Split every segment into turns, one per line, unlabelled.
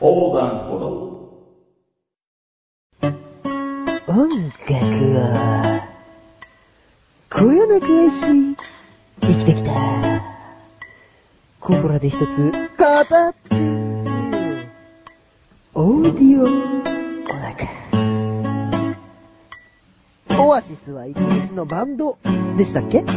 横断歩道。
音楽は、こよなく愛し、生きてきた。心で一つ、語ってみよう。オーディオ、お腹。オアシスはイギリスのバンドでしたっけ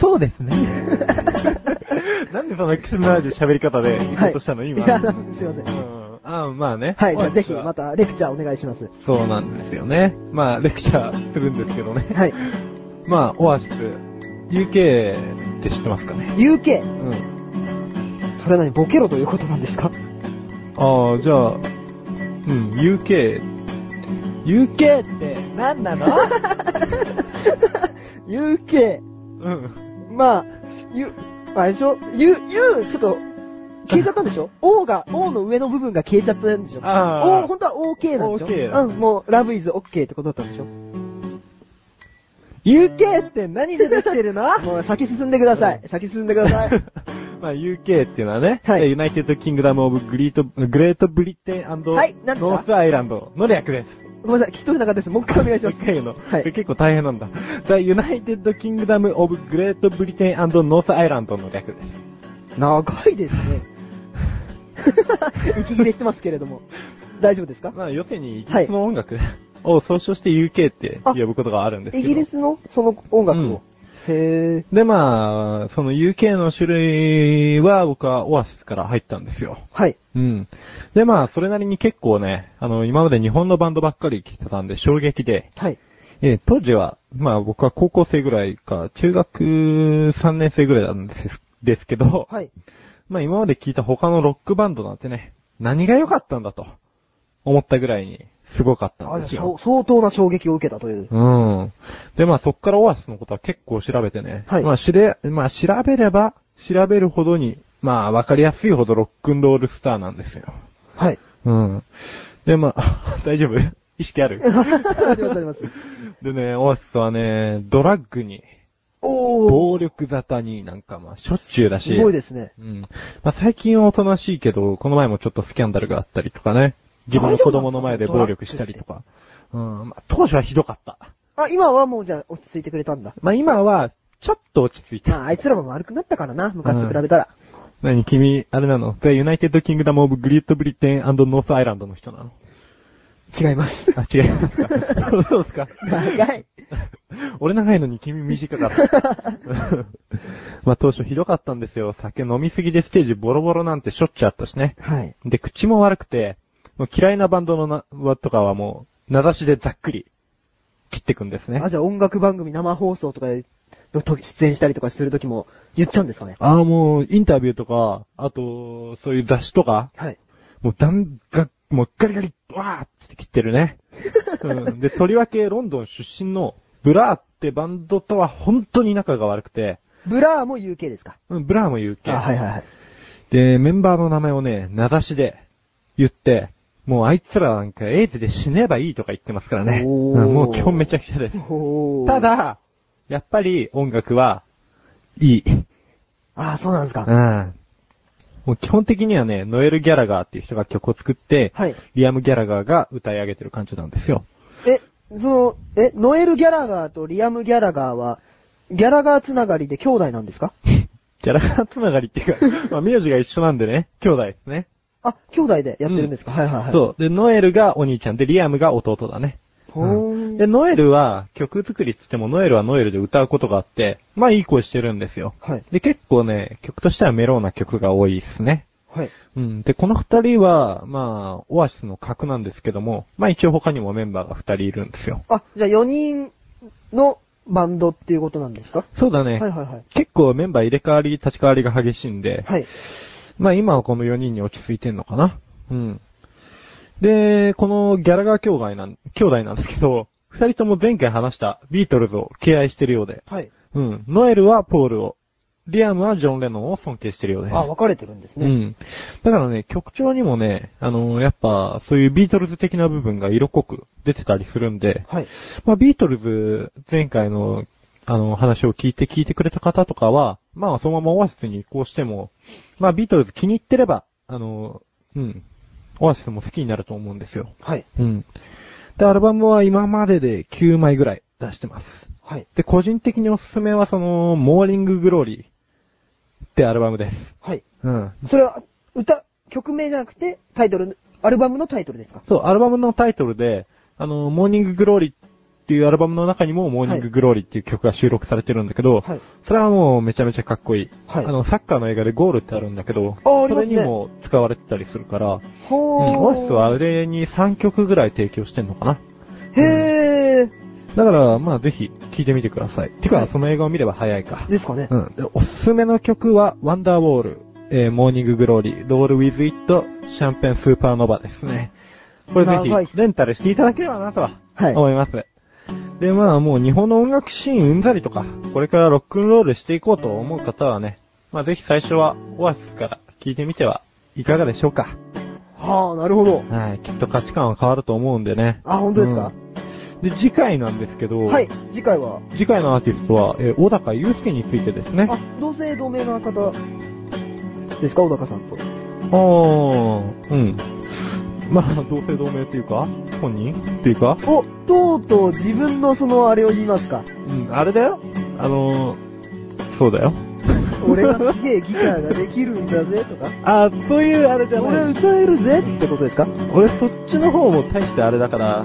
そうですね。なんでその口のある喋り方で行こうとしたの、今。
いやあの すいません
うんあまあね。
はい、じゃあぜひ
ま
またレクチャーお願いします。
そうなんですよね。まあ、レクチャーするんですけどね。
はい。
まあ、オアシス、UK って知ってますかね。う
UK。
ん。
それは何ボケろということなんですか
ああ、じゃあ、うん、UK、UK って何なの
?UK。
うん。
まあ、ゆ、あれでしょゆ、ゆ、ちょっと、消えちゃったんでし ょ ?O が、O の上の部分が消えちゃったんでしょ
あー
O、本当は OK なんでしょ
OK だ
うん、もう、Love is OK ってことだったんでしょ
UK って何でできてるの
もう先進んでください。 先進んでください。
まあ、UK っていうのはね、
はい
ユナイテッドキングダムオブグリート、グレートブリテンノ
はいなんですか
ースアイランドの略です。
ごめんなさい、聞き取れなかったです。もう一回お願いしま
一
す。
回言うの。
はい
結構大変なんだ。The United Kingdom of Great Britain and North Ireland の略です。
長いですね。 息切れしてますけれども。大丈夫ですか
まあ、要するにイギリスの音楽 を総称して UK って呼ぶことがあるんですけ
イ
ど。
ギリスのその音楽を。
うん
へー。
で、まあ、その UK の種類は僕はオアシスから入ったんですよ。
はい。
うん。で、まあ、それなりに結構ね、あの、今まで日本のバンドばっかり聴いてたんで衝撃で、
はい。
えー当時は、まあ僕は高校生ぐらいか、中学3年生ぐらいなんですですけど、
はい。
まあ今まで聞いた他のロックバンドなんてね、何が良かったんだと思ったぐらいにすごかった
あ
んです
じゃあそ
よ
う。相当な衝撃を受けたという。
うん。でまあそっからオアシスのことは結構調べてね、
はい
まあ知れ、まあ調べれば調べるほどに、まあわかりやすいほどロックンロールスターなんですよ。
はい。
うん。でまあ、 大丈夫意 識ある
ありがとうございます。
でね、オアシスはね、ドラッグに、
おー。
暴力沙汰になんかまあしょっちゅうだし。
すごいですね。
うん。まあ最近はおとなしいけど、この前もちょっとスキャンダルがあったりとかね。自分の子供の前で暴力したりとか。うん。まあ当初はひどかった。
あ、今はもうじゃあ落ち着いてくれたんだ。
まあ今は、ちょっと落ち着いた。
まあ、あいつらも悪くなったからな、昔と比べたら。
何君、あれなの ?The United Kingdom of Great Britain and North Island の人な の
違います。
あ、違いますか。そうそうですか。
長い。
俺長いのに君短 かった。まあ当初ひどかったんですよ。酒飲みすぎでステージボロボロなんてしょっちゅうあったしね。
はい。
で、口も悪くて、もう嫌いなバンドのな、わとかはもう、名指しでざっくり、切ってくんですね
あ、。じゃあ音楽番組生放送とかで、の時出演したりとかする時も言っちゃうんですかね。
あのもう、インタビューとか、あと、そういう雑誌とか、
はい。
もう、だんが、もうガリガリ、わーって切ってる ね。うん、で、とりわけロンドン出身の、ブラーってバンドとは本当に仲が悪くて、
ブラーも UK ですか
うん、ブラーも言うけ。
はいはいはい。
で、メンバーの名前をね、名指しで言って、もうあいつらなんかエイズで死ねばいいとか言ってますからね。
おー
うんもう基本めちゃくちゃです。
おー
た、だ、やっぱり音楽は、いい。
あー、そうなんです
う
か。
ん。もう基本的にはね、ノエル・ギャラガーっていう人が曲を作って、
はい。
リアム・ギャラガーが歌い上げてる感じなんですよ。
え、その、え、ノエル・ギャラガーとリアム・ギャラガーは、ギャラガーつながりで兄弟なんですか
ギャラガーつながりっ ていうか、まあ名字が一緒なんでね、兄弟ですね。
あ、兄弟でやってるんですか、はいはいはい。
そう。で、ノエルがお兄ちゃんで、リアムが弟だね。
ほー
で、ノエルは曲作りってっても、ノエルはノエルで歌うことがあって、まあいい声してるんですよ。
はい。
で、結構ね、曲としてはメロウな曲が多いですね。
はい。
うん。で、この二人は、まあ、オアシスの格なんですけども、まあ一応他にもメンバーが二人いるんですよ。
あ、じゃあ4人のバンドっていうことなんですか
そうだ
は
ね。
いはいはい。
結構メンバー入れ替わり、立ち替わりが激しいんで、
はい。
まあ今はこの4人に落ち着いてんのかな。うん。で、このギャラガー兄弟なん、兄弟なんですけど、二人とも前回話したビートルズを敬愛してるようで、
はい。
うん。ノエルはポールを、リアムはジョン・レノンを尊敬してるようです。
あ、分かれてるんです
う
ね。
ん。だからね、曲調にもね、あのーやっぱ、そういうビートルズ的な部分が色濃く出てたりするんで、
はい。
まあビートルズ前回のあの、話を聞いて聞いてくれた方とかは、まあ、そのままオアシスに移行しても、まあ、ビートルズ気に入ってれば、あの、うん、オアシスも好きになると思うんですよ。
はい。
うん。で、アルバムは今までで9枚ぐらい出してます。
はい。
で、個人的におすすめはその、モーリンググローリーってアルバムです。
はい。
うん。
それは、歌、曲名じゃなくて、タイトル、アルバムのタイトルですか
そう、アルバムのタイトルで、あの、モーニンググローリーっていうアルバムの中にも、モーニンググローリーっていう曲が収録されてるんだけど、
はい。
それはもうめちゃめちゃかっこいい。
はい
あの、サッカーの映画でゴールってあるんだけど、
ああ
そ
ります
れ
ね
にも使われてたりするから、うん、
ほー。
オアシスはあれに3曲ぐらい提供してんのかな。
へー。
だから、まあぜひ聴いてみてください。てか、
はい
その映画を見れば早いか。
ですかね。
うん。でおすすめの曲は、ワンダーウォール、えー、モーニンググローリー、ロールウィズ・イット、シャンペン・スーパーノバですね。これぜ
長いっ
ひ、
す
レンタルしていただければなとは
はい。
思います。で、まあもう日本の音楽シーンうんざりとか、これからロックンロールしていこうと思う方はね、まあぜひ最初はオアシスから聞いてみてはいかがでしょうか。
はあ、なるほど。
はい、きっと価値観は変わると思うんでね。
あ、本当ですか、
で、次回なんですけど、
はい。次回は、
次回のアーティストは、えー小高祐介についてですね。
あ、同姓同名の方ですか小高さんと。
あー、うん。まあ、同姓同名っていうか、本人っていうか、
お、とうとう自分のそのあれを言いますか。
うん、あれだよ。あのー、そうだよ。
俺がすげえギターができるんだぜとか。
あ、そういうあれじゃない。
俺歌えるぜってことですかは
俺そっちの方も大してあれだから、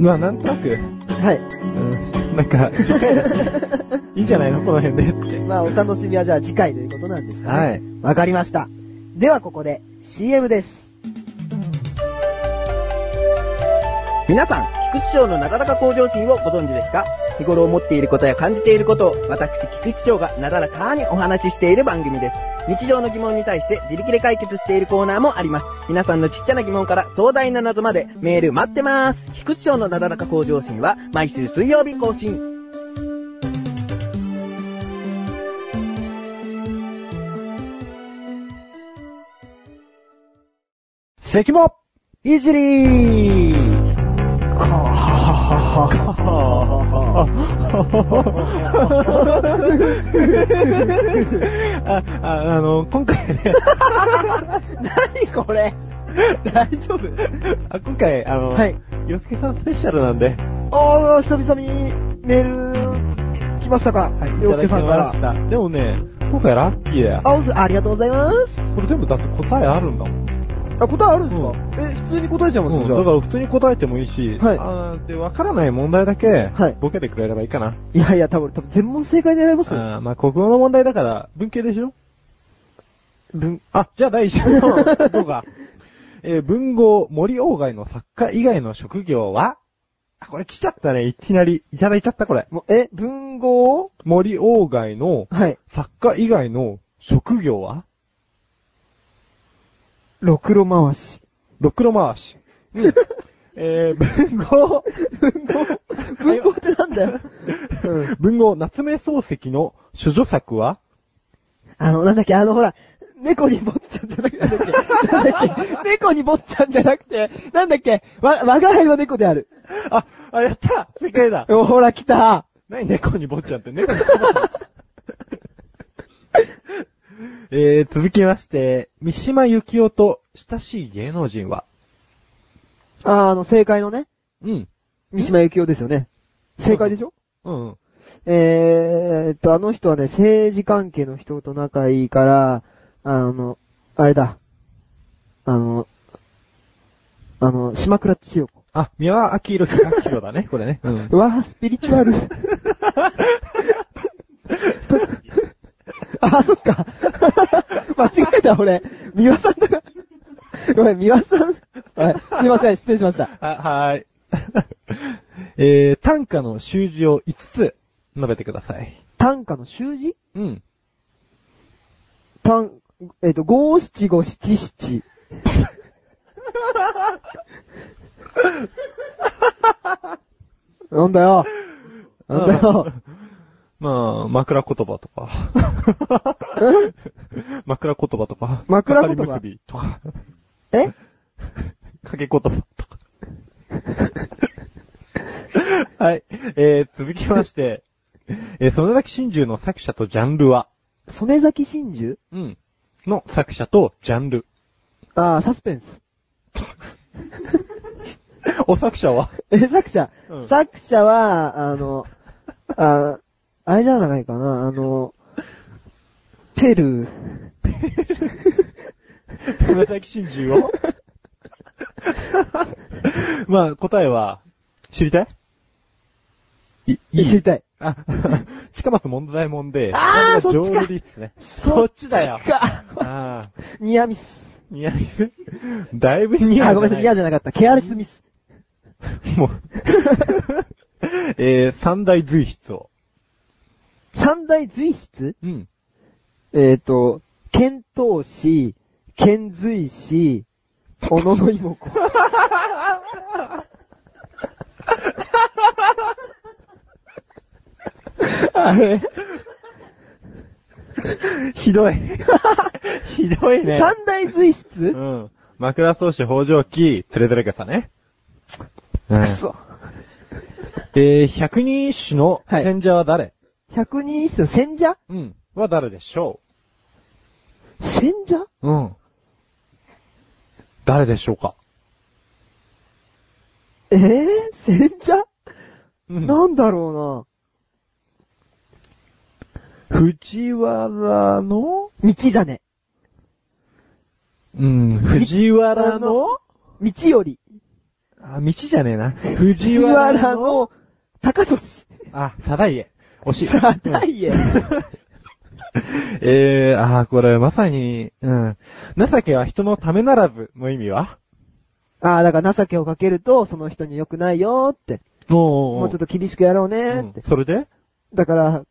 まあなんとなく、
い。
うん、なんか、理解 だしねいいんじゃないのこの辺でって。
まあお楽しみはじゃあ次回ということなんですかね。
はい。
わかりました。ではここで CM です。
皆さん、菊池賞のなだらか向上心をご存知ですか日頃思っていることや感じていることを、私、菊池賞がなだらかにお話ししている番組です。日常の疑問に対して自力で解決しているコーナーもあります。皆さんのちっちゃな疑問から壮大な謎までメール待ってます。菊池賞のなだらか向上心は毎週水曜日更新。
関も、いじりー あ、ああの、今回ね、
何これ
大丈夫あ今回、あの、
はい。
洋介さんスペシャルなんで、
あー、久々にメール来ましたか
はい
洋介さんか
いただき
ら。
ましたでもね、今回ラッキーだよ。
あ、おす、ありがとうございます。
これ全部だって答えあるんだもん。
あ、答えあるんですか、
う
え、普通に答えちゃいますよ、
うん
じ
だ
ゃ
か
あ。
ら普通に答えてもいいし、
はい
あーで、わからない問題だけ
はい、
ボケてくれればいいかな。
いやいや、多分、多分全問正解狙いますよ。
あーまあ国語の問題だから、文系でしょ
文、
あ、じゃあ第一問の動画。 えー文豪、森鴎外の作家以外の職業はあ、これ来ちゃったね。いきなり。いただいちゃった、これ。
もえ、文豪
森鴎外の
はい。
作家以外の職業は
ろくろ回し。
ろくろ回し。 えー文豪、
文豪ってなんだよ。うん。
文豪、夏目漱石の処女作は
あの、なんだっけ、あの、ほら、猫に坊ちゃんじゃ なくて、なんだっけ、猫に坊ちゃんじゃなくて、なんだっけ、わ、我が輩は猫である。
あ、あ、やった正解だ
おほら、来た。
何猫に坊ちゃんって猫に坊ちゃん。 えー、続きまして、三島由紀夫と親しい芸能人は
あー、あの、正解のね、
うん。
三島由紀夫ですよね。正解でしょ
うん。
えーっと、あの人はね、政治関係の人と仲いいから、あの、あれだ。あの、あの、島倉千代子。
あ、宮輪明宏明宏だね、これね。うん
うわぁ、スピリチュアル。 あ、そっか。 間違えた、俺。三輪さんだから。ごめん、三輪さん。はい、すいません、失礼しました。
あ、はーい。 えー、短歌の習字を5つ述べてください。
短歌の習字
うん。
単、えっ、と、五七五七七。なんだよ。なんだよ。
まあ、枕言葉と か。枕言葉とか。
枕言葉
語り結びとか。
え
掛け言葉とか。はい。えー、続きまして、えー、その崎真珠の作者とジャンルは、
曽根崎真珠
うん。の作者とジャンル。
ああ、サスペンス。
お作者は
え、作者、
うん
作者は、あの、あ、あれじゃないかな、あの、ペルー。
その崎真珠をまあ、答えは、知りたいい、いい
知りたい。
あ、近松問題もんで、
あー
これ
そ
が
っちか
上手ですね。そっちだよ。
か。
ああ、
ニアミス。
ニヤミス。だいぶニヤ
あ、ごめんなさい、ニア
じ
じゃなかった。ケアレスミス。
ゃもう。 えー、三大随筆を。
三大随筆
うん。
えっ、と、剣闘士、剣随士、小野の妹子。あれ、
ひどい。 ひどいね。
三大随
う
筆、
ん。枕草子北条記、つれづれ草ね。うん
く。そ。
で、百人一首の
はい
賢者は誰、
百人一首、戦者
うん。は誰でしょ
戦者
ううん。誰でしょうか
えぇ、戦者、
うん
なんだろ
藤原の
うな。道真。
うん、藤原の、
道より。
あ、道じゃねえな。
藤
藤
原、の、高俊。
あ、貞家。惜しい。
さあ、いえ。
えー、あー、これまさに、うん。情けは人のためならずの意味は
ああ、だから情けをかけると、その人に良くないよーって。
も
もうちょっと厳しくやろうね
と
ーって。
それで
だから、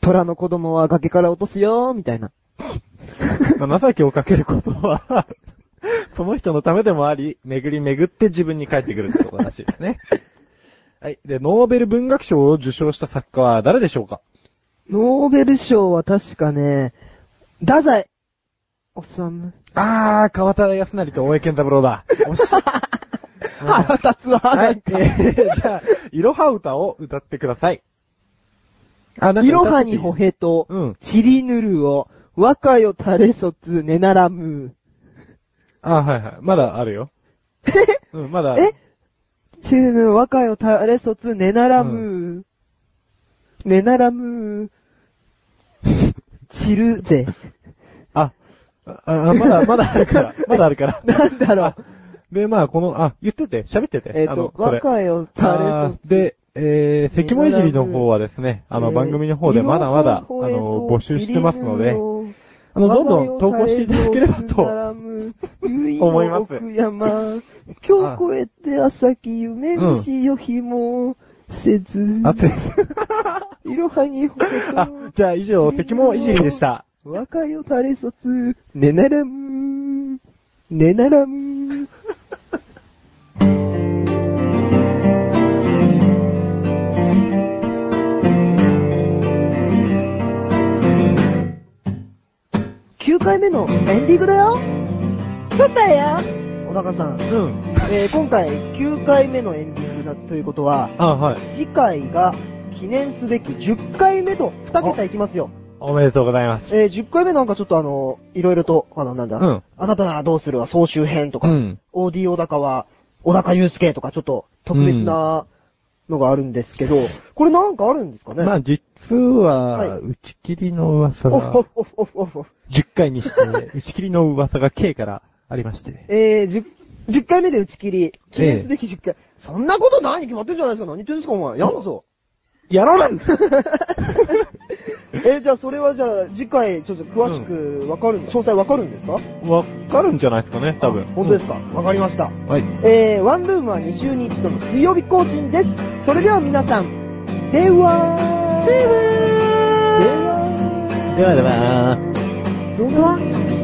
虎の子供は崖から落とすよーみたいな。
まあ情けをかけることは、 その人のためでもあり、巡り巡って自分に返ってくるってことらしいですね。はい。で、ノーベル文学賞を受賞した作家は誰でしょうか
ノーベル賞は確かね、太宰治。
あー、川田康成と大江健三郎だ。惜しい。
腹立つわ、
は
なん
い。え
か。
ー、じゃあ、いろは歌を歌ってください。あ、なんか歌ってい
いろはにほへと、
うん。
ちりぬるを、若よ垂れそつねならむ。
あ、はいはい。まだあるよ。うん、まだ。
え ちりぬる、若よ垂れそつねならむ。ねならむ。ちる ぜ。
あ、あ、あまだ、まだあるから。 まだあるから。
なんだろう。
で、まあ、この、あ、言ってて、喋ってて。
えっ、
あ
と
の、、それ。
若よ垂れそ
あ
つ
ーで、えー、関もいじりの方はですね、あの、番組の方でまだまだ、あの、募集してますので、あの、どんどん投稿していただければ と。
と
思います
奥山、今日越えて朝き夢見しよ日もせず、
あって、
いろはにほけ
あ、 じゃあ以上、関もいじりでした。
と、若よ垂れそつ、ねならむ、ねならむ。9回目のエンディングだよそうだよ小高さん、
うん。
えー今回9回目のエンディングだということは、
あ、はい。
次回が記念すべき10回目と2桁いきますよ。
おめでとうございます。
えー10回目なんかちょっとあの、いろいろと、あの、なんだ、
うん
あなたならどうするは総集編とか、
うん。
OD 小高は、小高祐介とかちょっと特別なのがあるんですけど、これなんかあるんですかね
まあ、実
はい
は、打ち切りの噂
オ
が
フ、オフオフオフオフオフ。
10回にして、 打ち切りの噂が K からありまして。
えー、10、10回目で打ち切り。記念すべき10回。そんなことないに決まってるじゃないですか。何言ってるんですか、お前。やる ぞ。
やらない
えー、じゃあそれはじゃあ次回ちょっと詳しくわかるん、詳細わかるんですか
わかるんじゃないですかね、多分。
あ本当ですかわかりました。
うんはい。
えー、ワンルームは2週に1度の水曜日更新です。それでは皆さん、ではでは
ではでは。
ではどうぞ